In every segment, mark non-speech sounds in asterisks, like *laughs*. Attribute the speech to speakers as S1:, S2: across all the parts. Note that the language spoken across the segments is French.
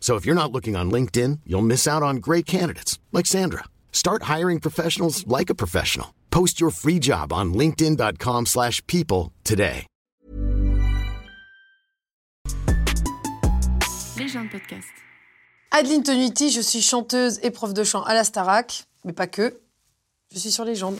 S1: So if you're not looking on LinkedIn, you'll miss out on great candidates like Sandra. Start hiring professionals like a professional. Post your free job on linkedin.com/people slash people today.
S2: Les gens de podcast.
S3: Adeline Tonuti, je suis chanteuse et prof de chant à la Starac, mais pas que. Je suis sur les jambes.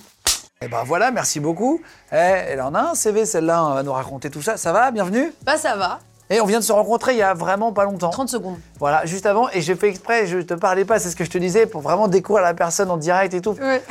S4: Eh ben voilà, merci beaucoup. Eh, elle en a un CV, celle-là, on va nous raconter tout ça. Ça va, bienvenue
S3: Bah ça va,
S4: Et on vient de se rencontrer il y a vraiment pas longtemps.
S3: 30 secondes.
S4: Voilà, juste avant, et j'ai fait exprès, je te parlais pas, c'est ce que je te disais, pour vraiment découvrir la personne en direct et tout.
S3: Ouais.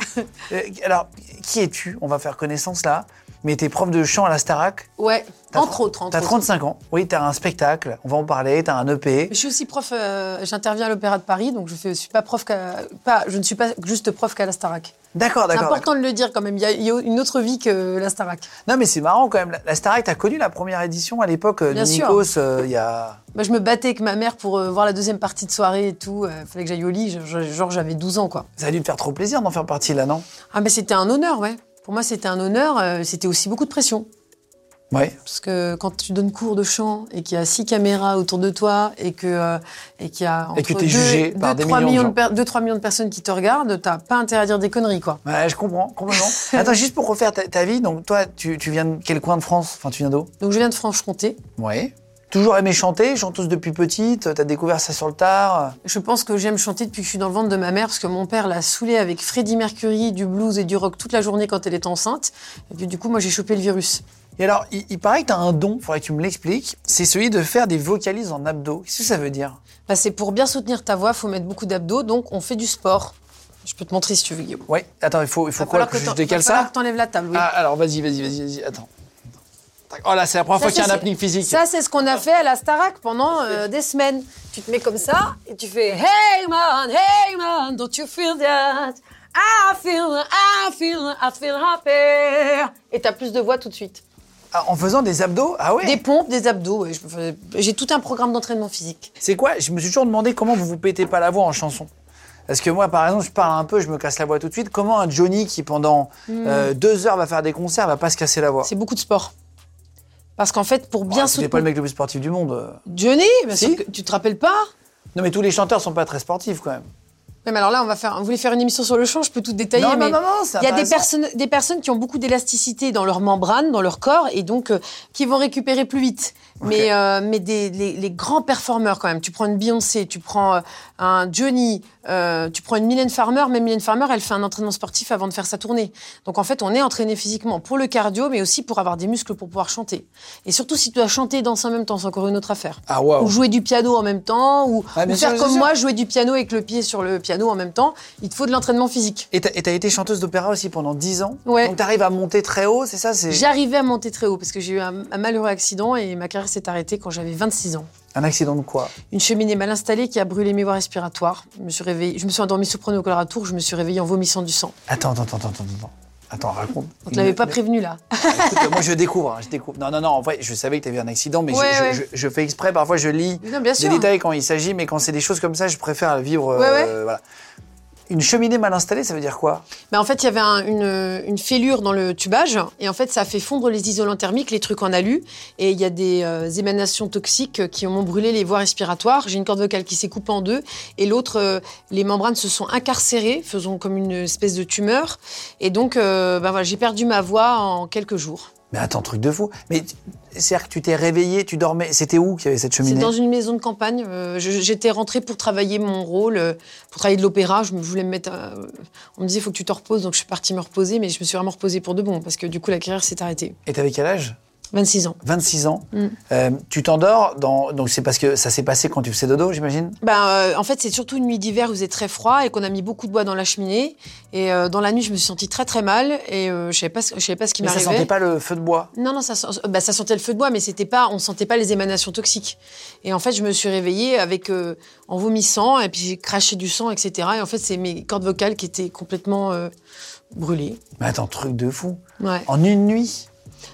S4: Euh, alors, qui es-tu On va faire connaissance là. Mais t'es prof de chant à la Starac.
S3: Ouais,
S4: T'as
S3: entre
S4: tro-
S3: autres. entre
S4: T'as
S3: autres.
S4: 35 ans. Oui, t'as un spectacle, on va en parler, t'as un E EP.
S3: Mais Je suis aussi prof, euh, j'interviens à l'Opéra de Paris, donc je, fais, je suis pas prof qu'à- pas, je ne suis pas juste prof qu'à la Starac.
S4: D'accord,
S3: C'est
S4: d'accord. d'accord.
S3: important de le dire quand même, il y, a- il y a une autre vie que la Starac.
S4: Non, mais c'est marrant quand même. La- La Starac, t'as connu la première édition à l'époque euh,
S3: Bien
S4: de
S3: sûr.
S4: Nikos, euh, il y a.
S3: Bah, je me battais avec ma mère pour euh, voir la deuxième partie de soirée et tout, euh, fallait que j'aille au lit, je- je- genre j'avais 12 ans quoi.
S4: Ça a dû te faire trop plaisir d'en faire partie là, non
S3: Ah mais c'était un honneur, ouais. Pour moi c'était un honneur, euh, c'était aussi beaucoup de pression.
S4: Ouais.
S3: Parce que quand tu donnes cours de chant et qu'il y a six caméras autour de toi et que euh, et qu'il y a entre
S4: Et que t'es
S3: deux-
S4: jugé par
S3: deux,
S4: des
S3: trois
S4: millions de
S3: millions de
S4: gens.
S3: per- deux, trois millions de personnes qui te regardent, t'as pas intérêt à dire des conneries quoi.
S4: Ouais, je comprends,
S3: *laughs*
S4: complètement. Attends, juste pour refaire ta, ta vie, donc toi, tu, tu viens de quel coin de France Enfin, tu viens d'où
S3: Donc je viens de Franche-Comté.
S4: Ouais. Toujours aimé chanter, chanteuse depuis petite, euh, t'as découvert ça sur le tard.
S3: Je pense que j'aime chanter depuis que je suis dans le ventre de ma mère parce que mon père l'a saoulée avec Freddie Mercury, du blues et du rock toute la journée quand elle était enceinte. Et puis du coup moi j'ai chopé le virus.
S4: Et alors, il, il paraît que t'as un don, faudrait que tu me l'expliques, c'est celui de faire des vocalises en abdos. Qu'est-ce que ça veut dire
S3: Bah, c'est pour bien soutenir ta voix, faut mettre beaucoup d'abdos, donc on fait du sport. Je peux te montrer si tu veux Guillaume.
S4: Ouais, attends, il faut, il faut
S3: Va
S4: quoi
S3: falloir
S4: que, je
S3: t'en-
S4: décale
S3: va falloir
S4: ça
S3: que t'enlèves la table. oui.
S4: Ah, alors vas-y, vas-y, vas-y, vas-y, attends. Oh là, c'est la première
S3: Ça,
S4: fois qu'il y a
S3: c'est-
S4: un apnée physique. Ah.
S3: Ça, c'est ce qu'on a fait à la Starac pendant euh, des semaines. Tu te mets comme ça et tu fais Hey man, hey man, don't you feel that? I feel, I feel, I feel happy. Et t'as plus de voix tout de suite.
S4: Ah, en faisant des abdos Ah ouais
S3: Des pompes, des abdos. ouais, je- enfin, J'ai tout un programme d'entraînement physique.
S4: C'est quoi Je me suis toujours demandé comment vous vous pétez pas la voix en chanson. Parce que moi, par exemple, je parle un peu, je me casse la voix tout de suite. Comment un Johnny qui, pendant euh, deux heures, va faire des concerts, va pas se casser la voix
S3: Hmm. C'est beaucoup de sport. Parce qu'en fait, pour bien
S4: Bon, C'était
S3: soutenir.
S4: pas le mec le plus sportif du monde. euh.
S3: Johnny, bien
S4: Si.
S3: sûr que- tu te rappelles pas
S4: Non, mais tous les chanteurs sont pas très sportifs quand même.
S3: Ouais, mais alors là, on va faire. Vous voulez faire une émission sur le chant Je peux tout détailler.
S4: Non, non,
S3: mais
S4: non, non, c'est
S3: Il y a des
S4: intéressant.
S3: personnes, des personnes qui ont beaucoup d'élasticité dans leur membrane, dans leur corps, et donc euh, qui vont récupérer plus vite. Mais, euh, mais des, les, les grands performeurs quand même. Tu prends une Beyoncé, tu prends euh, un Johnny, euh, tu prends une Mylène Farmer. Même Mylène Farmer, elle fait un entraînement sportif avant de faire sa tournée. Donc en fait, on est entraîné physiquement pour le cardio, mais aussi pour avoir des muscles pour pouvoir chanter. Et surtout si tu dois chanter et danser en même temps, c'est encore une autre affaire
S4: Ah,
S3: ou
S4: waouh.
S3: jouer du piano en même temps, ou,
S4: Ah,
S3: ou
S4: bien sûr,
S3: faire
S4: bien
S3: comme
S4: sûr.
S3: moi, jouer du piano avec le pied sur le piano en même temps. Il te faut de l'entraînement physique.
S4: Et t'as et t'as été chanteuse d'opéra aussi pendant 10 ans.
S3: Ouais.
S4: Donc t'arrives à monter très haut, c'est ça C'est
S3: J'arrivais à monter très haut parce que j'ai eu un, un malheureux accident et ma carrière s'est arrêtée quand j'avais 26 ans.
S4: un accident de quoi
S3: Une cheminée mal installée qui a brûlé mes voies respiratoires. Je me suis réveillée, je me suis endormie sous tour, je me suis réveillée en vomissant du sang.
S4: Attends, attends, attends, attends, attends, attends. Attends, raconte.
S3: On te l'avait pas
S4: Mais-
S3: prévenu là.
S4: mais écoute, moi je découvre, hein, je découvre. Non, non, non, en vrai, je savais que t'avais eu un accident, mais je-
S3: Ouais,
S4: je,
S3: ouais.
S4: je- je fais exprès, parfois je lis
S3: Non, bien
S4: des
S3: sûr.
S4: détails quand il s'agit, mais quand c'est des choses comme ça, je préfère la vivre. euh,
S3: Ouais, ouais.
S4: voilà. Une cheminée mal installée, ça veut dire quoi
S3: Mais Bah, en fait, il y avait un- une, une fêlure dans le tubage et en fait, ça a fait fondre les isolants thermiques, les trucs en alu. Et il y a des euh, émanations toxiques qui m'ont brûlé les voies respiratoires. J'ai une corde vocale qui s'est coupée en deux et l'autre, euh, les membranes se sont incarcérées, faisant comme une espèce de tumeur. Et donc, euh, ben voilà, j'ai perdu ma voix en quelques jours.
S4: Mais attends, truc de fou. Mais t- c'est-à-dire que tu t'es réveillé, tu dormais. C'était où qu'il y avait cette
S3: C'est
S4: cheminée
S3: dans une maison de campagne. euh, je- J'étais rentrée pour travailler mon rôle, euh, pour travailler de l'opéra. Je me- je voulais me mettre. euh, on me disait, il faut que tu te reposes. Donc, je suis partie me reposer, mais je me suis vraiment reposée pour de bon parce que du coup, la carrière s'est arrêtée.
S4: Et t'avais quel âge
S3: 26 ans.
S4: 26 ans,
S3: Mm.
S4: euh, tu t'endors dans. Donc c'est parce que ça s'est passé quand tu faisais dodo, j'imagine
S3: Ben, euh, en fait, c'est surtout une nuit d'hiver où il faisait très froid et qu'on a mis beaucoup de bois dans la cheminée. Et euh, dans la nuit, je me suis sentie très très mal et euh, je savais pas, ce- je savais pas ce qui
S4: Mais ça sentait
S3: m'arrivait.
S4: pas le feu de bois.
S3: Non, non, ça, sent- bah, ça sentait le feu de bois, mais c'était pas, on sentait pas les émanations toxiques. Et en fait, je me suis réveillée avec, euh, en vomissant, et puis j'ai craché du sang, etc. Et en fait, c'est mes cordes vocales qui étaient complètement euh, brûlées.
S4: Mais attends, truc de fou.
S3: Ouais.
S4: En une nuit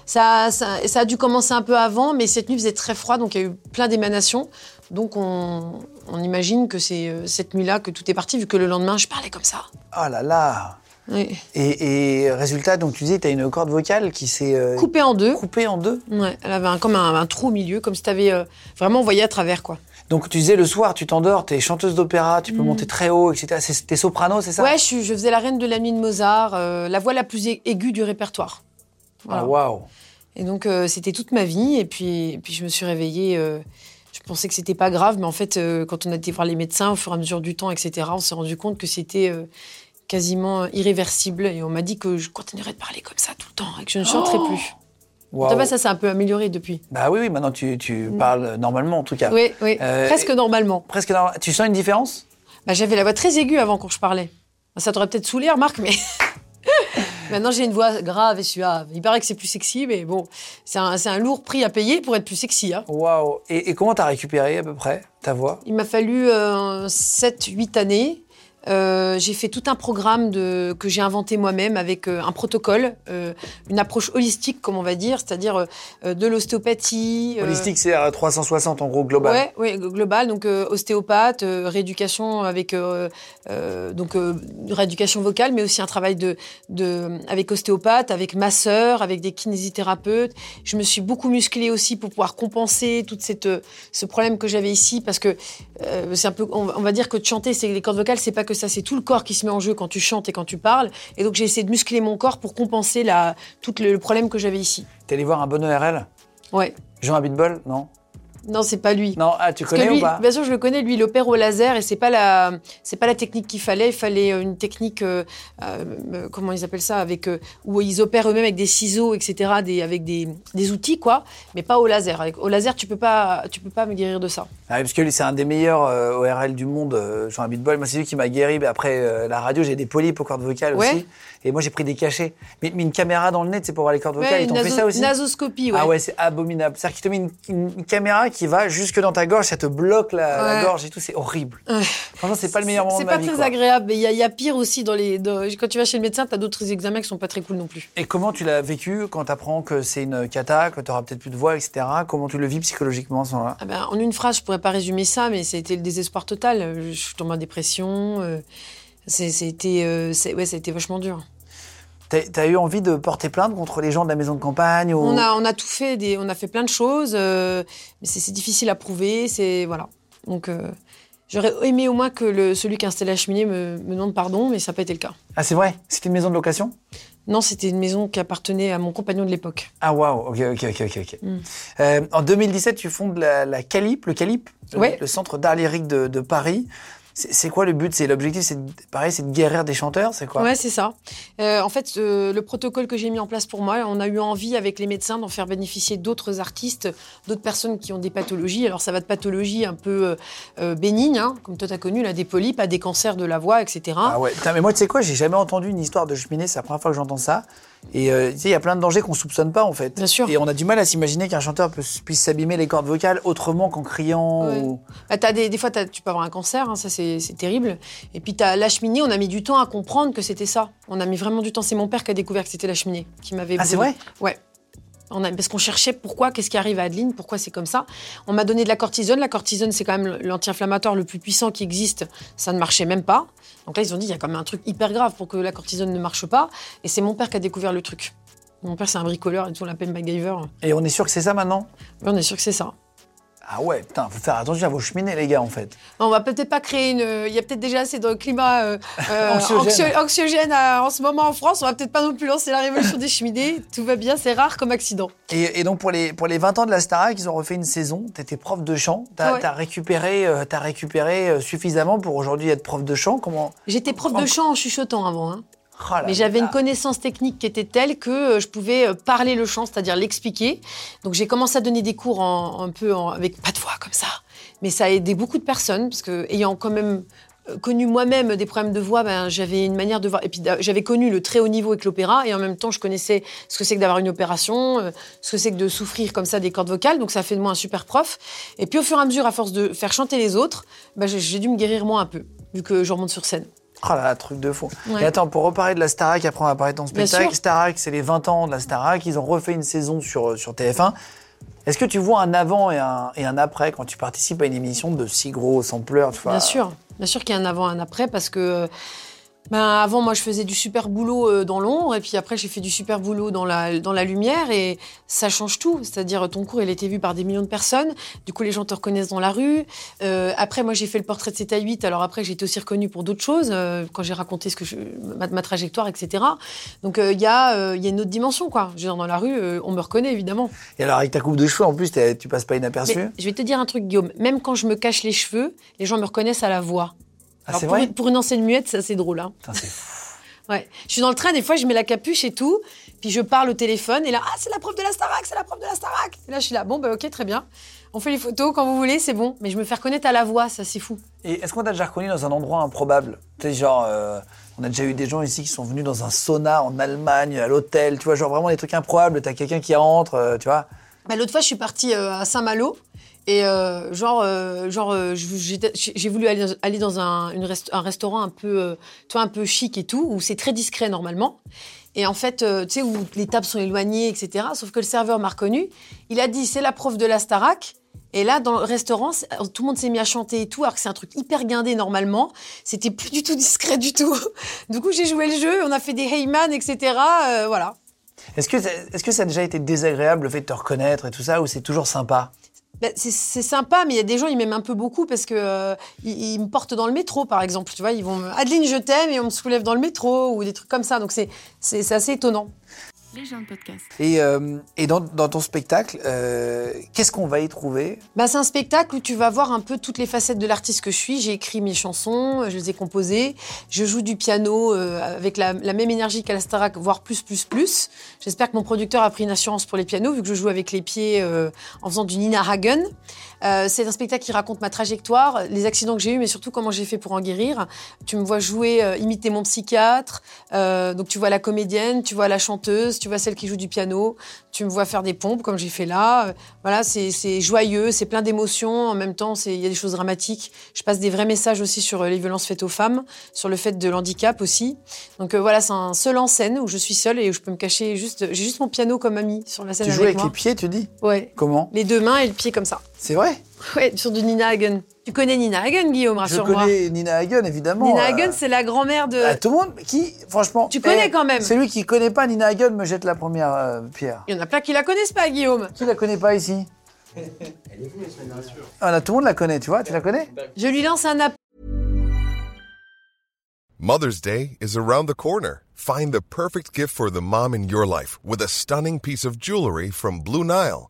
S3: Ça, ça, ça a dû commencer un peu avant, mais cette nuit faisait très froid, donc il y a eu plein d'émanations. Donc on, on imagine que c'est euh, cette nuit-là que tout est parti, vu que le lendemain, je parlais comme ça.
S4: Oh là là
S3: Oui.
S4: Et, et résultat, donc tu disais, tu as une corde vocale qui s'est euh,
S3: Coupé en deux.
S4: coupée en deux.
S3: Ouais, elle avait un- comme un, un trou au milieu, comme si t'avais euh, vraiment voyé à travers, quoi.
S4: Donc tu disais, le soir, tu t'endors, tu es chanteuse d'opéra, tu peux monter très haut, etc. C'est- T'es soprano, c'est ça
S3: Mm. Ouais, je, suis- je faisais la reine de la nuit de Mozart, euh, la voix la plus aiguë du répertoire. Voilà.
S4: Ah, waouh
S3: Et donc euh, c'était toute ma vie, et puis, et puis je me suis réveillée. euh, je pensais que c'était pas grave, mais en fait, euh, quand on a été voir les médecins au fur et à mesure du temps, etc., on s'est rendu compte que c'était euh, quasiment irréversible. Et on m'a dit que je continuerais de parler comme ça tout le temps et que je ne chanterais plus.
S4: Oh Waouh.
S3: Ça va, ça s'est un peu amélioré depuis.
S4: Bah oui, oui, maintenant tu, tu parles euh, normalement en tout cas.
S3: Mm. Oui, oui,
S4: Euh,
S3: presque
S4: et-
S3: normalement.
S4: Presque dans- Tu sens une différence
S3: Bah, J'avais la voix très aiguë avant quand je parlais. Ça t'aurait peut-être saoulé, remarque, mais. *laughs* Maintenant, j'ai une voix grave et suave. Il paraît que c'est plus sexy, mais bon, c'est un, c'est un lourd prix à payer pour être plus sexy. Hein.
S4: Waouh et, et comment t'as récupéré à peu près ta voix
S3: Il m'a fallu 7-8 années. Euh, j'ai fait tout un programme de, que j'ai inventé moi-même avec euh, un protocole, euh, une approche holistique, comme on va dire, c'est-à-dire euh, de l'ostéopathie. euh,
S4: Holistique, c'est à 360 en gros global.
S3: Ouais, ouais, g- global. Donc euh, ostéopathe, euh, rééducation avec euh, euh, donc euh, rééducation vocale, mais aussi un travail de, de avec ostéopathe, avec masseur, avec des kinésithérapeutes. Je me suis beaucoup musclée aussi pour pouvoir compenser toute cette euh, ce problème que j'avais ici parce que euh, c'est un peu on, va- on va dire que de chanter c'est les cordes vocales, c'est pas que ça, c'est tout le corps qui se met en jeu quand tu chantes et quand tu parles. Et donc j'ai essayé de muscler mon corps pour compenser la tout le, le problème que j'avais ici.
S4: T'es allé voir un bon ERL
S3: Ouais.
S4: Jean Abitbol Non
S3: Non, c'est pas lui.
S4: Non, ah, tu
S3: Parce
S4: connais
S3: que lui,
S4: ou pas
S3: bien sûr, je le connais. Lui, il opère au laser et c'est pas la, c'est pas la technique qu'il fallait. Il fallait une technique, euh, euh, euh, comment ils appellent ça, avec euh, où ils opèrent eux-mêmes avec des ciseaux, etc., des, avec des, des outils quoi, mais pas au laser. Avec, au laser, tu peux pas, tu peux pas me guérir de ça.
S4: Ah oui, parce que lui, c'est un des meilleurs euh, ORL du monde, euh, Jean Abitbol. Moi, c'est lui qui m'a guéri. Mais après euh, la radio, j'ai des polypes aux cordes vocales
S3: Ouais.
S4: aussi. Et moi, j'ai pris des cachets. Mais, mais une caméra dans le nez, c'est pour voir les cordes vocales.
S3: Ouais,
S4: Ils
S3: une
S4: t'ont fait
S3: naso-
S4: ça aussi
S3: nasoscopie, ouais.
S4: Ah ouais, c'est abominable. C'est-à-dire qu'ils te met une, une- une caméra qui va jusque dans ta gorge, ça te bloque la, la
S3: Ouais.
S4: gorge et tout, c'est horrible. Franchement, c'est pas le meilleur moment
S3: C'est
S4: de ma
S3: pas
S4: vie.
S3: très
S4: quoi.
S3: agréable, mais il y, a- il y a pire aussi dans les. dans- quand tu vas chez le médecin, t'as d'autres examens qui sont pas très cool non plus.
S4: Et comment tu l'as vécu quand t'apprends que c'est une cata, que t'auras peut-être plus de voix, etc. Comment tu le vis psychologiquement, ce moment-là
S3: Ah ben, en une phrase, je pourrais pas résumer ça, mais ça a été le désespoir total. Euh, Je suis tombée en dépression. euh, c'est- C'était, euh, c'est- ouais, ça a été vachement dur.
S4: T'as t'as eu envie de porter plainte contre les gens de la maison de campagne ou...
S3: On a, on a tout fait, des, on a fait plein de choses, euh, mais c'est c'est difficile à prouver. C'est voilà. Donc, euh, j'aurais aimé au moins que le, celui qui a installé la cheminée me, me demande pardon, mais ça n'a pas été le cas.
S4: Ah, c'est vrai C'était une maison de location
S3: Non, c'était une maison qui appartenait à mon compagnon de l'époque.
S4: Ah, waouh, ok, ok, ok, ok. ok.
S3: Hmm.
S4: Euh, en 2017, tu fondes la, la Calip, le Calip, le,
S3: Ouais.
S4: le centre d'art lyrique de, de Paris. C'est c'est quoi le but C'est l'objectif, c'est de- pareil, c'est de guérir des chanteurs, c'est quoi
S3: Ouais, c'est ça. Euh, en fait, euh, le protocole que j'ai mis en place pour moi, on a eu envie avec les médecins d'en faire bénéficier d'autres artistes, d'autres personnes qui ont des pathologies. Alors ça va de pathologies un peu euh, euh, bénignes, hein, comme toi t'as connu, là, des polypes, à des cancers de la voix, etc.
S4: Ah ouais, Putain, mais moi tu sais quoi, j'ai jamais entendu une histoire de cheminée, c'est la première fois que j'entends ça. Et euh, tu sais, il y a plein de dangers qu'on soupçonne pas en fait.
S3: Bien sûr.
S4: Et on a du mal à s'imaginer qu'un chanteur peut- puisse s'abîmer les cordes vocales autrement qu'en criant.
S3: Ouais.
S4: ou-
S3: Bah, t'as des, des fois, t'as- tu peux avoir un cancer, hein, ça c'est c'est terrible. Et puis t'as la cheminée, on a mis du temps à comprendre que c'était ça. On a mis vraiment du temps. C'est mon père qui a découvert que c'était la cheminée, qui m'avait.
S4: Ah, c'est
S3: brûlé.
S4: vrai
S3: Ouais. On a, parce qu'on cherchait pourquoi, qu'est-ce qui arrive à Adeline, pourquoi c'est comme ça. On m'a donné de la cortisone. La cortisone, c'est quand même l'anti-inflammatoire le plus puissant qui existe. Ça ne marchait même pas. Donc là, ils ont dit, il y a quand même un truc hyper grave pour que la cortisone ne marche pas. Et c'est mon père qui a découvert le truc. Mon père, c'est un bricoleur et tout, on l'appelle MacGyver.
S4: Et on est sûr que c'est ça maintenant
S3: Mais on est sûr que c'est ça.
S4: Ah ouais, putain, faut faire attention à vos cheminées les gars en fait.
S3: On va peut-être pas créer une. Il y a peut-être déjà assez de climat euh, euh,
S4: Anxiogène.
S3: anxio- anxiogène à- en ce moment en France. On va peut-être pas non plus lancer la révolution des cheminées. Tout va bien, c'est rare comme accident.
S4: Et, et donc pour les, pour les 20 ans de la Starac, ils ont refait une saison, t'étais prof de chant, t'as
S3: Ah ouais.
S4: t'as récupéré, euh, t'as récupéré euh, suffisamment pour aujourd'hui être prof de chant, comment
S3: J'étais prof de chant en chuchotant avant. hein.
S4: Oh là
S3: Mais j'avais
S4: là.
S3: une connaissance technique qui était telle que euh, je pouvais euh, parler le chant, c'est-à-dire l'expliquer. Donc j'ai commencé à donner des cours en- un peu en- avec pas de voix comme ça. Mais ça a aidé beaucoup de personnes parce que ayant quand même euh, connu moi-même des problèmes de voix, ben, j'avais une manière de voir. Et puis d'a- j'avais connu le très haut niveau avec l'opéra et en même temps je connaissais ce que c'est que d'avoir une opération, euh, ce que c'est que de souffrir comme ça des cordes vocales. Donc ça a fait de moi un super prof. Et puis au fur et à mesure, à force de faire chanter les autres, ben, j'ai- j'ai dû me guérir moi un peu vu que je remonte sur scène.
S4: Oh là là, truc de fou.
S3: Ouais.
S4: Et attends, pour reparler de la Starac, après on va parler de ton
S3: Bien
S4: spectacle.
S3: sûr.
S4: Starac, c'est les 20 ans de la Starac. Ils ont refait une saison sur, euh, sur TF1. Est-ce que tu vois un avant et un, et un après quand tu participes à une émission de si gros ampleur tu vois
S3: Bien sûr, bien sûr qu'il y a un avant, un après, parce que euh, ben, avant moi je faisais du super boulot euh, dans l'ombre, et puis après j'ai fait du super boulot dans la, dans la lumière, et ça change tout. C'est-à-dire ton cours il a été vu par des millions de personnes, du coup les gens te reconnaissent dans la rue. Euh, après moi j'ai fait le portrait de CETA 8, alors après j'ai été aussi reconnue pour d'autres choses, euh, quand j'ai raconté ce que je- ma, ma trajectoire, etc. Donc euh, il y, a, euh, il y a une autre dimension, quoi. Je veux dire, dans la rue euh, on me reconnaît évidemment.
S4: Et alors, avec ta coupe de cheveux, en plus, t'es- tu passes pas
S3: Mais
S4: inaperçu
S3: je vais te dire un truc, Guillaume. Même quand je me cache les cheveux, les gens me reconnaissent à la voix.
S4: Ah,
S3: Alors,
S4: c'est
S3: pour,
S4: vrai
S3: une, pour une ancienne muette, c'est assez drôle. Hein.
S4: Putain, c'est fou.
S3: Ouais. Je suis dans le train, des fois, je mets la capuche et tout, puis je parle au téléphone, et là, ah, c'est la prof de la Starac, c'est la prof de la Starac. Et là, je suis là, bon, bah, ok, très bien. On fait les photos quand vous voulez, c'est bon. Mais je me fais reconnaître à la voix, ça, c'est fou.
S4: Et est-ce qu'on t'a déjà reconnu dans un endroit improbable Tu sais, genre, euh, on a déjà eu des gens ici qui sont venus dans un sauna en Allemagne, à l'hôtel, tu vois, genre vraiment des trucs improbables. T'as quelqu'un qui rentre, euh, tu vois.
S3: Bah, L'autre fois, je suis partie euh, à Saint-Malo. Et euh, genre, euh, genre euh, je- j'étais- j'ai j'ai voulu aller, dans- aller dans un, une rest- un restaurant un peu, euh, tu vois, un peu chic et tout, où c'est très discret normalement. Et en fait, euh, tu sais, où les tables sont éloignées, etc. Sauf que le serveur m'a reconnu. Il a dit, c'est la prof de la Starac. Et là, dans le restaurant, c'est- alors, tout le monde s'est mis à chanter et tout, alors que c'est un truc hyper guindé normalement. C'était plus du tout *laughs* discret du tout. Du coup, j'ai joué le jeu, on a fait des Heyman, etc. euh, voilà.
S4: Est-ce que, c'est- est-ce que ça a déjà été désagréable le fait de te reconnaître et tout ça, ou c'est toujours sympa
S3: Ben, c'est- c'est sympa, mais il y a des gens, ils m'aiment un peu beaucoup parce que euh, ils, ils me portent dans le métro, par exemple. Tu vois, ils vont me- Adeline, je t'aime, et on me soulève dans le métro ou des trucs comme ça. Donc c'est c'est c'est assez étonnant.
S2: Les gens de podcast.
S4: Et, euh, et dans, dans ton spectacle, euh, qu'est-ce qu'on va y trouver
S3: Bah, c'est un spectacle où tu vas voir un peu toutes les facettes de l'artiste que je suis. J'ai écrit mes chansons, euh, je les ai composées. Je joue du piano euh, avec la, la même énergie qu'à la Starac, voire plus, plus, plus. J'espère que mon producteur a pris une assurance pour les pianos, vu que je joue avec les pieds euh, en faisant du Nina Hagen. Euh, c'est un spectacle qui raconte ma trajectoire, les accidents que j'ai eus, mais surtout comment j'ai fait pour en guérir. Tu me vois jouer, euh, imiter mon psychiatre. Euh, donc tu vois la comédienne, tu vois la chanteuse, tu vois celle qui joue du piano. Tu me vois faire des pompes comme j'ai fait là. Euh, voilà, c'est c'est joyeux, c'est plein d'émotions. En même temps, c'est- il y a des choses dramatiques. Je passe des vrais messages aussi sur euh, les violences faites aux femmes, sur le fait de l'handicap aussi. Donc euh, voilà, c'est un seul en scène où je suis seule et où je peux me cacher juste. J'ai juste mon piano comme ami sur la scène
S4: Tu joues
S3: avec,
S4: avec
S3: moi.
S4: les pieds, tu dis
S3: Ouais.
S4: Comment
S3: Les deux mains et le pied comme ça.
S4: C'est vrai
S3: Ouais, sur du Nina Hagen. Tu connais Nina Hagen, Guillaume,
S4: Je
S3: rassure-moi.
S4: connais Nina Hagen, évidemment.
S3: Ah, Nina
S4: euh,
S3: Hagen, c'est la grand-mère de.
S4: à tout le monde qui, franchement.
S3: Tu connais
S4: eh,
S3: quand même.
S4: Celui qui connaît pas Nina Hagen me jette la première euh, pierre.
S3: Il y en a plein qui la connaissent pas, Guillaume.
S4: Qui la connaît pas
S3: *laughs*
S4: ici Elle est tout le monde la connaît, tu vois, tu la connais
S3: Je lui lance un appel.
S5: Mother's Day is around the corner. Find the perfect gift for the mom in your life with a stunning piece of jewelry from Blue Nile.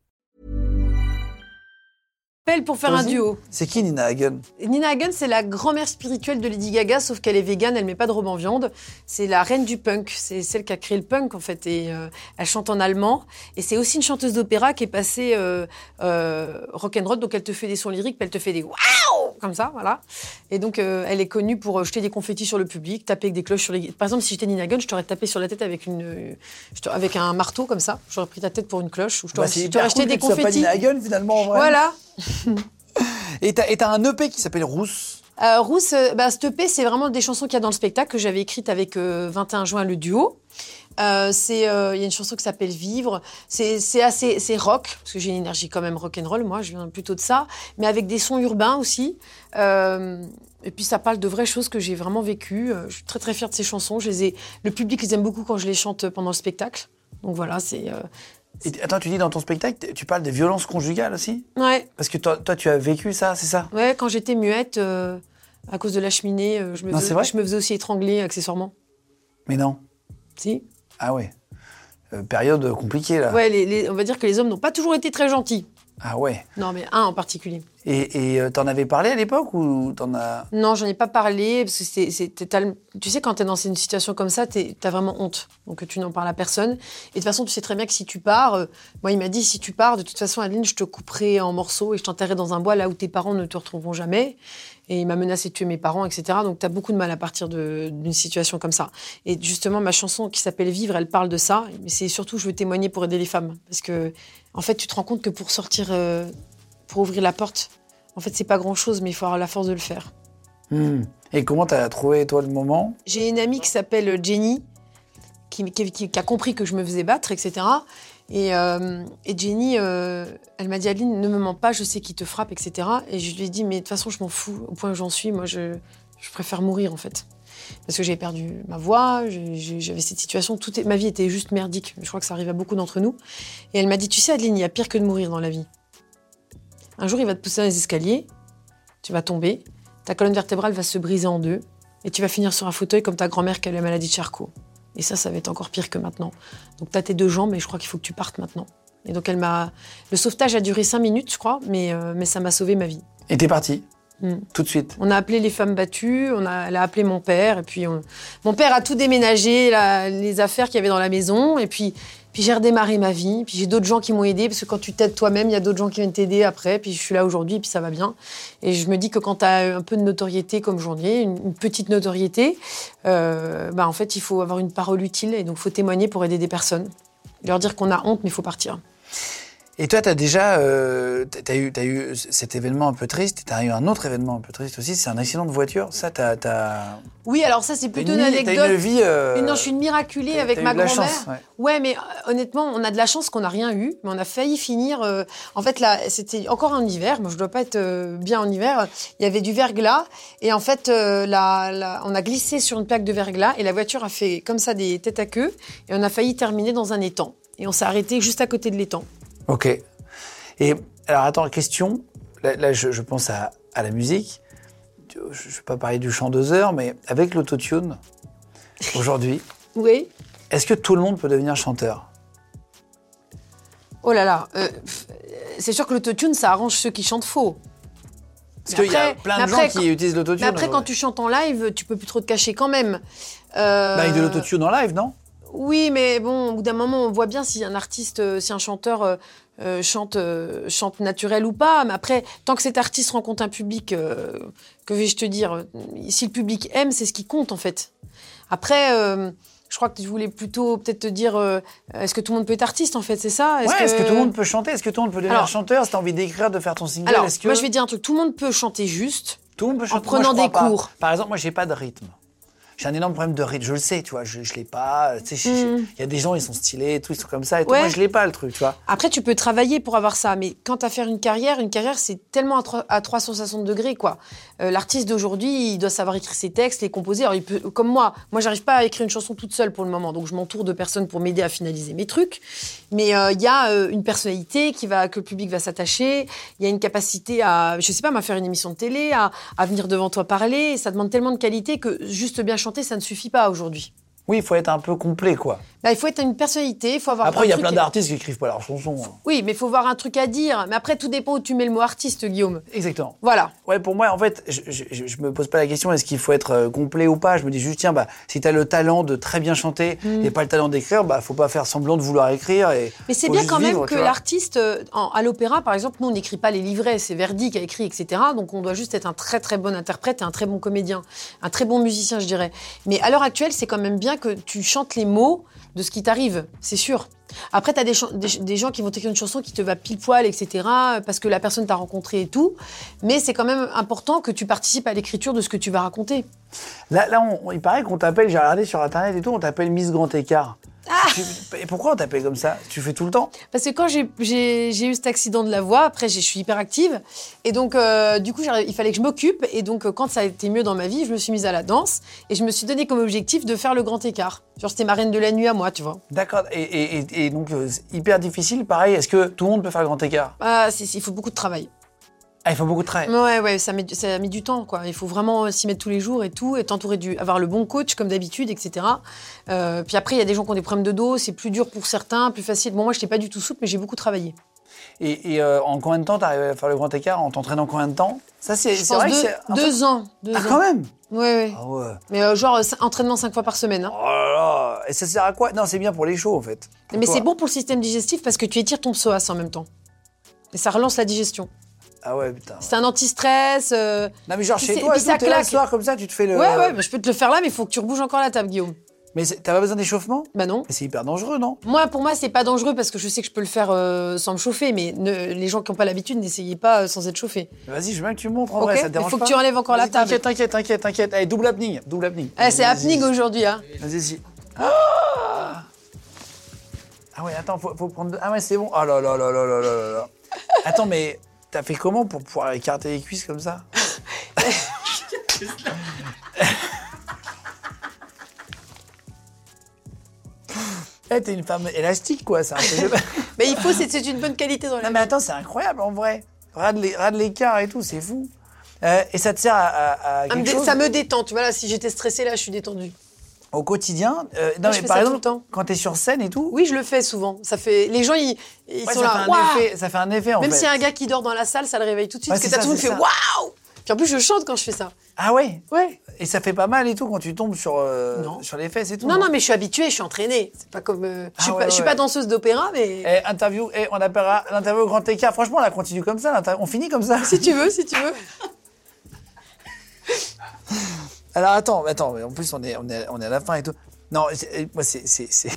S3: pour faire un
S4: Vas-y.
S3: duo.
S4: C'est qui Nina Hagen
S3: Nina Hagen, c'est la grand-mère spirituelle de Lady Gaga, sauf qu'elle est végane, elle met pas de robe en viande. C'est la reine du punk, c'est celle qui a créé le punk en fait, et euh, elle chante en allemand. Et c'est aussi une chanteuse d'opéra qui est passée euh, euh, rock'n'roll, donc elle te fait des sons lyriques, puis elle te fait des waouh comme ça, voilà. Et donc euh, elle est connue pour euh, jeter des confettis sur le public, taper avec des cloches sur les. Par exemple, si j'étais Nina Hagen, je t'aurais tapé sur la tête avec une, euh, je t'aurais- avec un marteau comme ça. J'aurais pris ta tête pour une cloche ou je t'aurais
S4: Bah, c'est
S3: je
S4: hyper
S3: t'aurais
S4: cool
S3: jeté
S4: que
S3: des
S4: tu sois pas
S3: confettis.
S4: Nina Hagen, finalement, en vrai.
S3: Voilà.
S4: Et t'as et t'as un EP qui s'appelle Rousse.
S3: Euh, Rousse, euh, bah, cette EP, c'est vraiment des chansons qu'il y a dans le spectacle que j'avais écrites avec euh, 21 juin, le duo. Euh, c'est, euh, Il y a une chanson qui s'appelle Vivre. C'est c'est assez c'est rock, parce que j'ai une énergie quand même rock'n'roll, moi, je viens plutôt de ça, mais avec des sons urbains aussi. Euh, et puis ça parle de vraies choses que j'ai vraiment vécues. Euh, Je suis très très fière de ces chansons. Je les ai, le public les aime beaucoup quand je les chante pendant le spectacle. Donc voilà, c'est euh,
S4: Et- attends, tu dis dans ton spectacle, t- tu parles des violences conjugales aussi
S3: Ouais,
S4: Parce que toi, toi, tu as vécu ça, c'est ça
S3: ouais quand j'étais muette, euh, à cause de la cheminée, euh, je, me
S4: Non, c'est
S3: faisais,
S4: vrai
S3: je me faisais aussi étrangler accessoirement.
S4: Mais non.
S3: Si
S4: Ah ouais. Euh, période compliquée, là.
S3: Ouais, les- les- on va dire que les hommes n'ont pas toujours été très gentils.
S4: Ah ouais.
S3: Non, mais un en particulier.
S4: Et et, euh, t'en avais parlé à l'époque ou t'en as...
S3: Non, j'en ai pas parlé, parce que c'est, c'est- t'es tal- tu sais, quand t'es dans une situation comme ça, t'es- t'as vraiment honte. Donc tu n'en parles à personne. Et de toute façon, tu sais très bien que si tu pars, euh, moi il m'a dit, si tu pars, de toute façon, Adeline, je te couperai en morceaux et je t'enterrerai dans un bois là où tes parents ne te retrouveront jamais. Et il m'a menacé de tuer mes parents, etc. Donc t'as beaucoup de mal à partir de- d'une situation comme ça. Et justement, ma chanson qui s'appelle Vivre, elle parle de ça. Mais c'est surtout, je veux témoigner pour aider les femmes. Parce que, en fait, tu te rends compte que pour sortir, euh, pour ouvrir la porte, en fait, c'est pas grand chose, mais il faut avoir la force de le faire.
S4: Hmm. Et comment t'as trouvé, toi, le moment
S3: J'ai une amie qui s'appelle Jenny, qui, qui- qui- qui a compris que je me faisais battre, etc. Et, euh, et Jenny, euh, elle m'a dit Adeline, ne me mens pas, je sais qui te frappe, etc. Et je lui ai dit, mais de toute façon, je m'en fous, au point où j'en suis, moi, je, je préfère mourir, en fait. Parce que j'ai perdu ma voix, j'ai- j'ai- j'avais cette situation, tout est- ma vie était juste merdique. Je crois que ça arrive à beaucoup d'entre nous. Et elle m'a dit, tu sais, Adeline, il y a pire que de mourir dans la vie. Un jour, il va te pousser dans les escaliers, tu vas tomber, ta colonne vertébrale va se briser en deux, et tu vas finir sur un fauteuil comme ta grand-mère qui a eu la maladie de Charcot. Et ça, ça va être encore pire que maintenant. Donc t'as tes deux jambes, mais je crois qu'il faut que tu partes maintenant. Et donc elle m'a. Le sauvetage a duré cinq minutes, je crois, mais, euh, mais ça m'a sauvé ma vie.
S4: Et t'es parti
S3: Hmm.
S4: Tout de suite.
S3: On a appelé les femmes battues, on a, elle a appelé mon père, et puis on- mon père a tout déménagé, la- les affaires qu'il y avait dans la maison, et puis, puis j'ai redémarré ma vie, puis j'ai d'autres gens qui m'ont aidé, parce que quand tu t'aides toi-même, il y a d'autres gens qui viennent t'aider après, puis je suis là aujourd'hui, puis ça va bien. Et je me dis que quand tu as un peu de notoriété comme j'en ai, une, une petite notoriété, euh, bah en fait, il faut avoir une parole utile, et donc faut témoigner pour aider des personnes. Leur dire qu'on a honte, mais il faut partir.
S4: Et toi, t'as déjà... euh, t'as t'as eu, t'as eu cet événement un peu triste, t'as eu un autre événement un peu triste aussi, c'est un accident de voiture. Ça, t'as... t'as-
S3: Oui, alors ça, c'est plutôt une,
S4: vie-
S3: anecdote.
S4: T'as une vie... euh,
S3: Mais non, je suis une miraculée
S4: t'as-
S3: avec
S4: t'as
S3: ma
S4: eu de la
S3: grand-mère.
S4: chance, ouais.
S3: Ouais, mais euh, honnêtement, on a de la chance qu'on n'a rien eu, mais on a failli finir. euh, en fait, là, c'était encore un hiver. Moi, je dois pas être euh, bien en hiver. Il y avait du verglas, et en fait, euh, la- la- on a glissé sur une plaque de verglas, et la voiture a fait comme ça des têtes à queue, et on a failli terminer dans un étang. Et on s'est arrêté juste à côté de l'étang.
S4: Ok. Et alors, attends, question. Là, là, je, je pense à, à la musique. Je ne vais pas parler du chant deux heures, mais avec
S3: *laughs*
S4: l'autotune, aujourd'hui,
S3: Oui.
S4: est-ce que tout le monde peut devenir chanteur
S3: Oh là là. euh, pff, euh, c'est sûr que l'autotune, ça arrange ceux qui chantent faux.
S4: Parce
S3: Mais
S4: qu'il y a
S3: après-
S4: plein
S3: mais
S4: de
S3: après,
S4: gens
S3: quand-
S4: qui utilisent l'autotune.
S3: Mais après, quand
S4: aujourd'hui.
S3: tu chantes en live, tu peux plus trop te cacher quand même. Euh,
S4: Bah, avec de l'autotune en live, non
S3: Oui, mais bon, au bout d'un moment, on voit bien si un artiste, euh, si un chanteur euh, euh, chante, euh, chante naturel ou pas. Mais après, tant que cet artiste rencontre un public, euh, que vais-je te dire euh, Si le public aime, c'est ce qui compte en fait. Après. euh, je crois que tu voulais plutôt peut-être te dire, euh, est-ce que tout le monde peut être artiste en fait, c'est ça
S4: Ouais, est-ce que... tout le monde peut chanter Est-ce que tout le monde peut devenir
S3: Alors-
S4: chanteur Si t'as envie d'écrire, de faire ton single,
S3: Alors,
S4: est-ce que
S3: moi je vais dire un truc, tout le monde peut chanter juste.
S4: tout le monde peut chanter Moi,
S3: prenant
S4: je crois
S3: des
S4: pas.
S3: cours.
S4: Par exemple, moi, j'ai pas de rythme. J'ai un énorme problème de rythme, je le sais, tu vois, je, je l'ai pas. tu sais, je- je- Il y a des gens, ils sont stylés, et tout, ils sont comme ça, et tout.
S3: Hmm. Ouais.
S4: Moi, je l'ai pas, le truc, tu vois.
S3: Après, tu peux travailler pour avoir ça, mais quant à faire une carrière, une carrière, c'est tellement à, tro- à 360 degrés, quoi. Euh, L'artiste d'aujourd'hui, il doit savoir écrire ses textes, les composer. Alors, il peut, comme moi, moi, j'arrive pas à écrire une chanson toute seule pour le moment, donc je m'entoure de personnes pour m'aider à finaliser mes trucs. Mais euh, il y a euh, une personnalité qui va, que le public va s'attacher. Il y a une capacité à, je sais pas, à faire une émission de télé, à, à venir devant toi parler. Ça demande tellement de qualité que juste bien chanter, ça ne suffit pas aujourd'hui.
S4: Oui, il faut être un peu complet, quoi.
S3: Là, il faut être une personnalité, il faut avoir.
S4: Après,
S3: un
S4: il y a
S3: truc-
S4: plein d'artistes qui écrivent pas leurs chansons. hein.
S3: oui, mais il faut avoir un truc à dire. Mais après, tout dépend où tu mets le mot artiste, Guillaume.
S4: Exactement.
S3: Voilà.
S4: Ouais, pour moi, en fait, je, je, je- je me pose pas la question est-ce qu'il faut être euh, complet ou pas. Je me dis juste, tiens, bah, si t'as le talent de très bien chanter et pas le talent d'écrire, bah, faut pas faire semblant de vouloir écrire. Et
S3: Hmm. Mais c'est
S4: faut
S3: bien
S4: juste
S3: quand même
S4: vivre,
S3: que
S4: tu vois.
S3: l'artiste, euh, en- à l'opéra, par exemple, nous, on n'écrit pas les livrets, c'est Verdi qui a écrit, etc. Donc, on doit juste être un très, très bon interprète et un très bon comédien, un très bon musicien, je dirais. Mais à l'heure actuelle, c'est quand même bien que tu chantes les mots de ce qui t'arrive, c'est sûr. Après, tu as des, chan- des- des gens qui vont t'écrire une chanson qui te va pile poil, etc., parce que la personne t'a rencontré et tout. Mais c'est quand même important que tu participes à l'écriture de ce que tu vas raconter.
S4: Là, là on- on- il paraît qu'on t'appelle, j'ai regardé sur internet et tout, on t'appelle Miss Grand Écart.
S3: Ah
S4: Tu- Et pourquoi on t'appelle comme ça Tu fais tout le temps
S3: Parce que quand j'ai- j'ai j'ai eu cet accident de la voix, après j'ai- je suis hyper active. Et donc, euh, du coup, j'arrive- il fallait que je m'occupe. Et donc, euh, quand ça a été mieux dans ma vie, je me suis mise à la danse. Et je me suis donné comme objectif de faire le grand écart. Genre, c'était ma reine de la nuit à moi, tu vois.
S4: D'accord. Et, et- et- et donc, euh, c'est hyper difficile. Pareil, est-ce que tout le monde peut faire le grand écart
S3: Ah, c'est- c'est- il faut beaucoup de travail.
S4: Ah, il faut beaucoup de traits.
S3: Ouais, ouais, ça met, du- ça met du temps, quoi. Il faut vraiment euh, s'y mettre tous les jours et tout, et t'entourer du, avoir le bon coach comme d'habitude, etc. Euh, puis après, il y a des gens qui ont des problèmes de dos, c'est plus dur pour certains, plus facile. Bon, moi, je n'étais pas du tout souple, mais j'ai beaucoup travaillé.
S4: Et, et, euh, en combien de temps t'arrives à faire le grand écart En t'entraînant combien de temps Ça, c'est
S3: Je
S4: c'est
S3: pense
S4: vrai que
S3: deux,
S4: c'est. un peu-
S3: deux ans. Deux
S4: Ah,
S3: ans.
S4: quand même
S3: Ouais, ouais.
S4: Ah ouais.
S3: Mais euh, genre, euh, cin- entraînement cinq fois par semaine. hein.
S4: Oh là là. Et ça sert à quoi Non, c'est bien pour les shows, en fait. Pour
S3: mais
S4: toi.
S3: c'est bon pour le système digestif parce que tu étires ton psoas en même temps. Et ça relance la digestion.
S4: Ah ouais, putain.
S3: C'est un anti-stress. euh,
S4: Non, mais genre
S3: Puis
S4: chez
S3: c'est-
S4: toi,
S3: puis
S4: et
S3: ça
S4: tout, t'es là le
S3: claque.
S4: soir comme ça, tu te fais le.
S3: Ouais, ouais, bah, je peux te le faire là, mais il faut que tu rebouges encore la table, Guillaume.
S4: Mais c'est- t'as pas besoin d'échauffement
S3: Bah non.
S4: Mais c'est hyper dangereux, non
S3: Moi, pour moi, c'est pas dangereux parce que je sais que je peux le faire euh, sans me chauffer, mais ne- les gens qui n'ont pas l'habitude, n'essayez pas euh, sans être chauffé.
S4: Vas-y, je veux même que tu me montres en
S3: Ok,
S4: vrai, ça te
S3: il
S4: dérange
S3: faut que
S4: pas
S3: tu enlèves encore la
S4: Vas-y,
S3: table.
S4: T'inquiète, t'inquiète, t'inquiète, t'inquiète. Allez, double apnée, double apnée.
S3: Eh,
S4: Vas-y,
S3: c'est happening aujourd'hui, hein.
S4: Vas-y, vas-y. Ah Ah ouais, attends, faut, faut prendre. deux- Ah ouais, c'est bon. Ah là là là là là là là là. Attends, mais t'as fait comment pour pouvoir écarter les cuisses comme
S3: *laughs*
S4: ça Eh, t'es une femme élastique, quoi, c'est un peu.
S3: Mais il faut, c'est c'est une bonne qualité dans la
S4: Non mais attends, c'est incroyable en vrai. Rade les- rade l'écart et tout, c'est fou. Euh, et ça te sert à, à- à
S3: Ah, me
S4: quelque
S3: dé-
S4: chose
S3: Ça me détend, tu vois, là, si j'étais stressée, là, je suis détendue.
S4: au quotidien. Euh, non
S3: Moi, je
S4: mais
S3: fais
S4: par
S3: ça tout
S4: exemple,
S3: le temps.
S4: quand t'es sur scène et tout,
S3: Oui, je le fais souvent. Ça fait... Les gens, ils, ils
S4: ouais,
S3: sont
S4: ça,
S3: là,
S4: fait
S3: Waouh
S4: un effet, ça fait un effet en
S3: Même
S4: fait.
S3: s'il y a un gars qui dort dans la salle, ça le réveille tout de suite,
S4: Ouais,
S3: parce que
S4: c'est ça,
S3: t'as tout le monde
S4: c'est
S3: fait « Waouh !» Puis en plus, je chante quand je fais ça.
S4: Ah ouais.
S3: Ouais.
S4: Et ça fait pas mal et tout quand tu tombes sur euh, sur les fesses et tout.
S3: Non, non, mais je suis habituée, je suis entraînée. C'est pas comme... euh, Je suis
S4: Ah,
S3: pas-
S4: ouais,
S3: je suis
S4: ouais.
S3: pas danseuse d'opéra, mais...
S4: Eh, interview, eh, on appellera l'interview au grand écart. Franchement, là, continue comme ça. l'inter- On finit comme ça.
S3: Si tu veux, si tu veux.
S4: Alors attends, attends, mais en plus on est, on est, on est à la fin et tout. Non, c'est- moi c'est, c'est, c'est-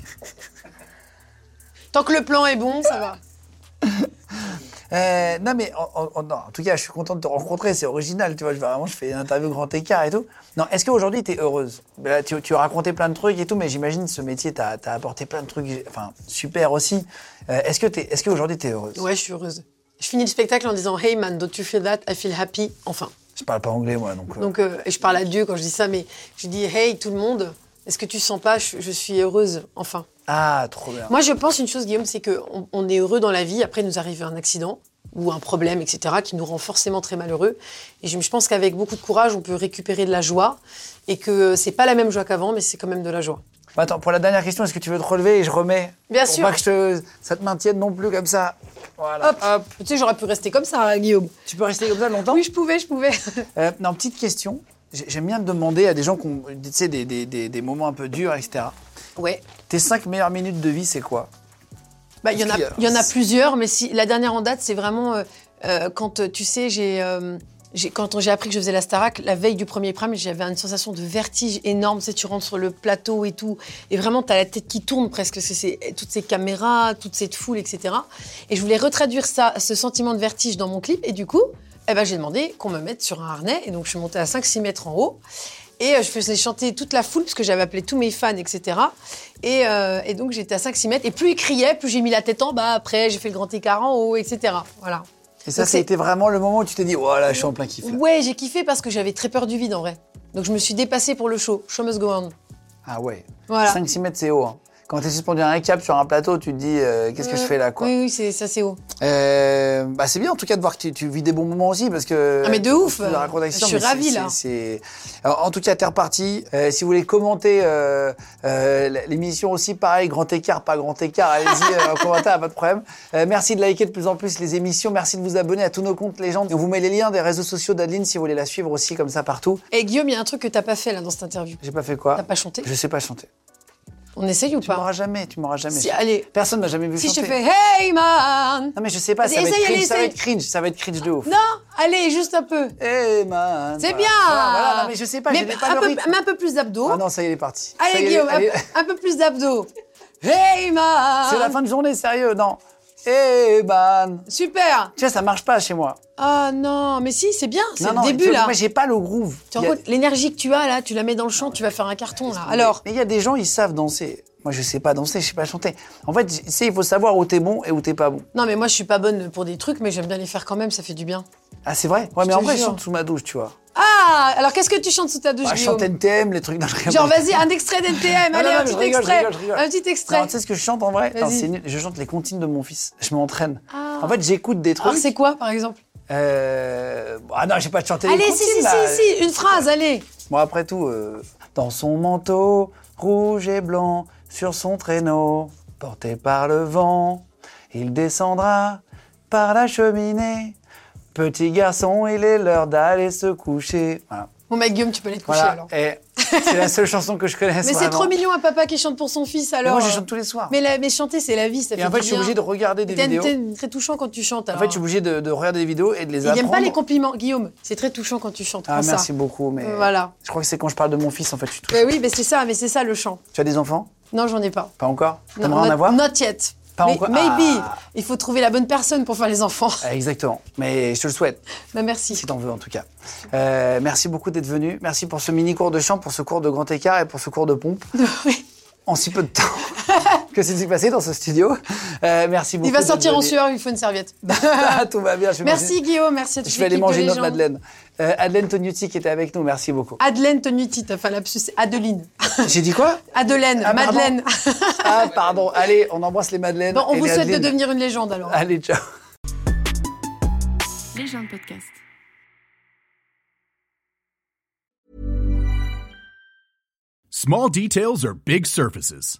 S3: Tant que le plan est bon, ça va.
S4: Euh, non, mais en, en- non, en tout cas, je suis content de te rencontrer, c'est original, tu vois. Je, vraiment, je fais une interview grand écart et tout. Non, est-ce qu'aujourd'hui, tu es heureuse Ben là, tu, tu as raconté plein de trucs et tout, mais j'imagine ce métier t'a t'a apporté plein de trucs, enfin, super aussi. Euh, est-ce que es, est qu'aujourd'hui, tu es heureuse
S3: Ouais, je suis heureuse. Je finis le spectacle en disant Hey man, don't you feel that? I feel happy. Enfin.
S4: Je parle pas anglais, moi, donc. euh,
S3: Donc, euh, et je parle à Dieu quand je dis ça, mais je dis Hey tout le monde, est-ce que tu sens pas? Je, je suis heureuse. Enfin.
S4: Ah, trop bien.
S3: Moi, je pense une chose, Guillaume, c'est qu'on on est heureux dans la vie. Après, il nous arrive un accident ou un problème, etc., qui nous rend forcément très malheureux. Et je, je pense qu'avec beaucoup de courage, on peut récupérer de la joie. Et que c'est pas la même joie qu'avant, mais c'est quand même de la joie.
S4: Bah, attends, pour la dernière question, est-ce que tu veux te relever et je remets
S3: Bien
S4: Pour
S3: sûr.
S4: Pas que je te- ça te maintienne non plus comme ça. Voilà.
S3: Hop, hop. Tu sais, j'aurais pu rester comme ça, hein, Guillaume.
S4: Tu peux rester comme ça longtemps
S3: Oui, je pouvais, je pouvais.
S4: Euh, non, petite question. J'ai- J'aime bien demander à des gens qui ont tu sais, des, des, des, des moments un peu durs, etc.
S3: ouais.
S4: Tes 5 meilleures minutes de vie, c'est quoi
S3: Bah, il y en a,
S4: Parce qu'il
S3: il
S4: y
S3: y
S4: a-
S3: en a plusieurs, mais si la dernière en date, c'est vraiment euh, euh, quand euh, tu sais, j'ai euh, j'ai- quand j'ai appris que je faisais la Starac, la veille du premier prime, j'avais une sensation de vertige énorme. Tu sais, tu rentres sur le plateau et tout, et vraiment, t'as la tête qui tourne presque, parce que c'est toutes ces caméras, toute cette foule, etc. Et je voulais retraduire ça, ce sentiment de vertige dans mon clip, et du coup, eh ben, j'ai demandé qu'on me mette sur un harnais, et donc je suis montée à 5-6 mètres en haut. Et euh, je faisais chanter toute la foule, parce que j'avais appelé tous mes fans, etc. Et, euh, et donc j'étais à 5-6 mètres. Et plus ils criaient, plus j'ai mis la tête en bas. Après, j'ai fait le grand écart en haut, etc. Voilà.
S4: Et ça,
S3: Donc c'est-
S4: c'était vraiment le moment où tu t'es dit, voilà, je suis en plein kiff. là.
S3: Ouais, j'ai kiffé parce que j'avais très peur du vide en vrai. Donc je me suis dépassée pour le show. Show must go on.
S4: Ah ouais.
S3: Voilà.
S4: 5-6 mètres, c'est haut. hein. Quand t'es suspendu à un cap sur un plateau, tu te dis, euh, qu'est-ce
S3: Mm.
S4: que je fais là, quoi
S3: Oui, oui, c'est, ça c'est haut.
S4: Euh, bah, C'est bien, en tout cas, de voir que tu, tu vis des bons moments aussi, parce que.
S3: Ah, mais de ouf.
S4: Tu nous la racontes avec
S3: Je
S4: ça,
S3: suis
S4: mais c'est-
S3: ravie,
S4: c'est-
S3: là.
S4: c'est- Alors, en tout cas, t'es reparti. Euh, si vous voulez commenter euh, euh, l'émission aussi, pareil, grand écart, pas grand écart, allez-y, euh, en *laughs* commentaire, pas de problème. Euh, merci de liker de plus en plus les émissions. Merci de vous abonner à tous nos comptes, les gens. On vous met les liens des réseaux sociaux d'Adeline si vous voulez la suivre aussi, comme ça, partout.
S3: Et Eh, Guillaume, il y a un truc que t'as pas fait là dans cette interview.
S4: J'ai pas fait quoi
S3: T'as pas chanté
S4: Je sais pas chanter.
S3: On essaye ou
S4: Tu
S3: pas
S4: m'auras jamais, tu m'auras jamais.
S3: Si, allez.
S4: Personne m'a jamais vu
S3: Si je
S4: chanter.
S3: te fais Hey man
S4: Non mais je sais pas, ça
S3: Vas-y,
S4: va, être
S3: essaye,
S4: cringe,
S3: allez,
S4: ça va
S3: essaye.
S4: être cringe, ça va être cringe de ouf.
S3: Non Allez, juste un peu.
S4: Eh man.
S3: C'est
S4: voilà.
S3: bien
S4: Voilà, voilà, non mais je sais pas, je n'ai pas
S3: un
S4: le
S3: peu,
S4: rythme.
S3: mais un peu plus d'abdos.
S4: Ah non, ça y est, il est parti. Ça y
S3: allez,
S4: est,
S3: Guillaume, un,
S4: allez.
S3: un peu plus d'abdos. Hey man
S4: *laughs* C'est la fin de journée, sérieux, non. Eh man.
S3: Super
S4: Tu vois, ça marche pas chez moi.
S3: Ah non, mais si, c'est bien, c'est
S4: Non,
S3: le
S4: non, tu
S3: début
S4: vois,
S3: là.
S4: Moi, j'ai pas le groove.
S3: Tu
S4: Il y a-
S3: rencontres- L'énergie que tu as là, tu la mets dans le champ, tu vas faire un carton là. Alors,
S4: Mais il y a des gens, ils savent danser. Moi, je sais pas danser, je sais pas chanter. En fait, tu sais, il faut savoir où t'es bon et où t'es pas bon.
S3: Non, mais moi, je suis pas bonne pour des trucs, mais j'aime bien les faire quand même, ça fait du bien.
S4: Ah, c'est vrai Ouais, mais
S3: te
S4: en vrai, je
S3: jure.
S4: chante sous ma douche, tu vois.
S3: Ah Alors, qu'est-ce que tu chantes sous ta douche,
S4: Bah, je chante
S3: Guillaume
S4: NTM, les trucs dans le
S3: Genre, vas-y, un extrait d'NTM,
S4: Non,
S3: allez,
S4: non, non,
S3: un
S4: je
S3: petit
S4: rigole, je
S3: extrait.
S4: rigole, je rigole.
S3: Un petit
S4: Non,
S3: extrait.
S4: tu sais ce que je chante en vrai Non,
S3: Vas-y. Ah.
S4: c'est nul. Je chante les comptines de mon fils. Je me entraîne. En fait, j'écoute des trucs.
S3: Alors, c'est quoi, par exemple
S4: Euh, Ah non, j'ai pas de chanter les
S3: Allez, si,
S4: comptines.
S3: si,
S4: là. euh,
S3: si, si, une phrase, allez.
S4: Bon, après tout, euh, dans son manteau, rouge et blanc, sur son traîneau, porté par le vent, il descendra par la cheminée. Petit garçon, il est l'heure d'aller se coucher. Voilà.
S3: Bon, bah, Guillaume, tu peux aller te coucher,
S4: Voilà.
S3: alors.
S4: Et c'est la seule chanson que je connaisse.
S3: Mais c'est
S4: vraiment.
S3: trop mignon, un papa qui chante pour son fils,
S4: Mais
S3: alors.
S4: Moi, je
S3: euh,
S4: chante tous les soirs.
S3: Mais, la- mais chanter, c'est la vie, ça fait
S4: Et en fait,
S3: du
S4: je suis
S3: bien.
S4: obligé de regarder des
S3: T'es-
S4: vidéos.
S3: t'es très touchant quand tu chantes.
S4: En
S3: alors.
S4: fait, je suis obligé de, de regarder des vidéos et de les
S3: Il n'aime
S4: apprendre.
S3: pas les compliments, Guillaume. C'est très touchant quand tu chantes.
S4: Ah,
S3: prends
S4: merci
S3: ça.
S4: beaucoup, mais
S3: Voilà.
S4: je crois que c'est quand je parle de mon fils, en fait, je suis touché.
S3: Ouais, oui, mais c'est ça, mais c'est ça le chant.
S4: Tu as des enfants
S3: Non, j'en ai pas.
S4: Pas encore
S3: Non,
S4: T'aimerais en
S3: not-
S4: avoir
S3: Not yet.
S4: Pas
S3: Mais-
S4: encore.
S3: Maybe.
S4: Ah.
S3: Il faut trouver la bonne personne pour faire les enfants.
S4: Ah, Exactement, mais je te le souhaite,
S3: *laughs* Bah, merci. *laughs*
S4: si t'en veux en tout cas. Euh, merci beaucoup d'être venu, merci pour ce mini cours de chant, pour ce cours de grand écart et pour ce cours de pompe. En si peu
S3: *laughs*
S4: de temps que s'est-il passé dans ce studio Euh, Merci beaucoup.
S3: Il va
S4: d'être
S3: sortir en
S4: venu.
S3: sueur, il faut une serviette.
S4: Ah, *laughs* Tout va bien, je vais
S3: merci
S4: manger-
S3: Guillaume, merci à toute
S4: Je vais aller
S3: l'équipe de
S4: manger une autre
S3: légende.
S4: Madeleine. Euh, Madeleine Tognuti qui était avec nous, merci beaucoup.
S3: Madeleine Tonuti, t'as fait un lapsus, c'est
S4: *laughs*
S3: Adeline.
S4: J'ai dit quoi
S3: Adelaine,
S4: Ah, pardon.
S3: Madeleine.
S4: *laughs* Ah, pardon. Allez, on embrasse les Madeleines.
S3: Bon, on
S4: et
S3: vous
S4: les
S3: souhaite de
S4: Adelines.
S3: devenir une légende alors.
S4: Allez, ciao.
S2: Les gens de podcast.
S6: Small details are big surfaces.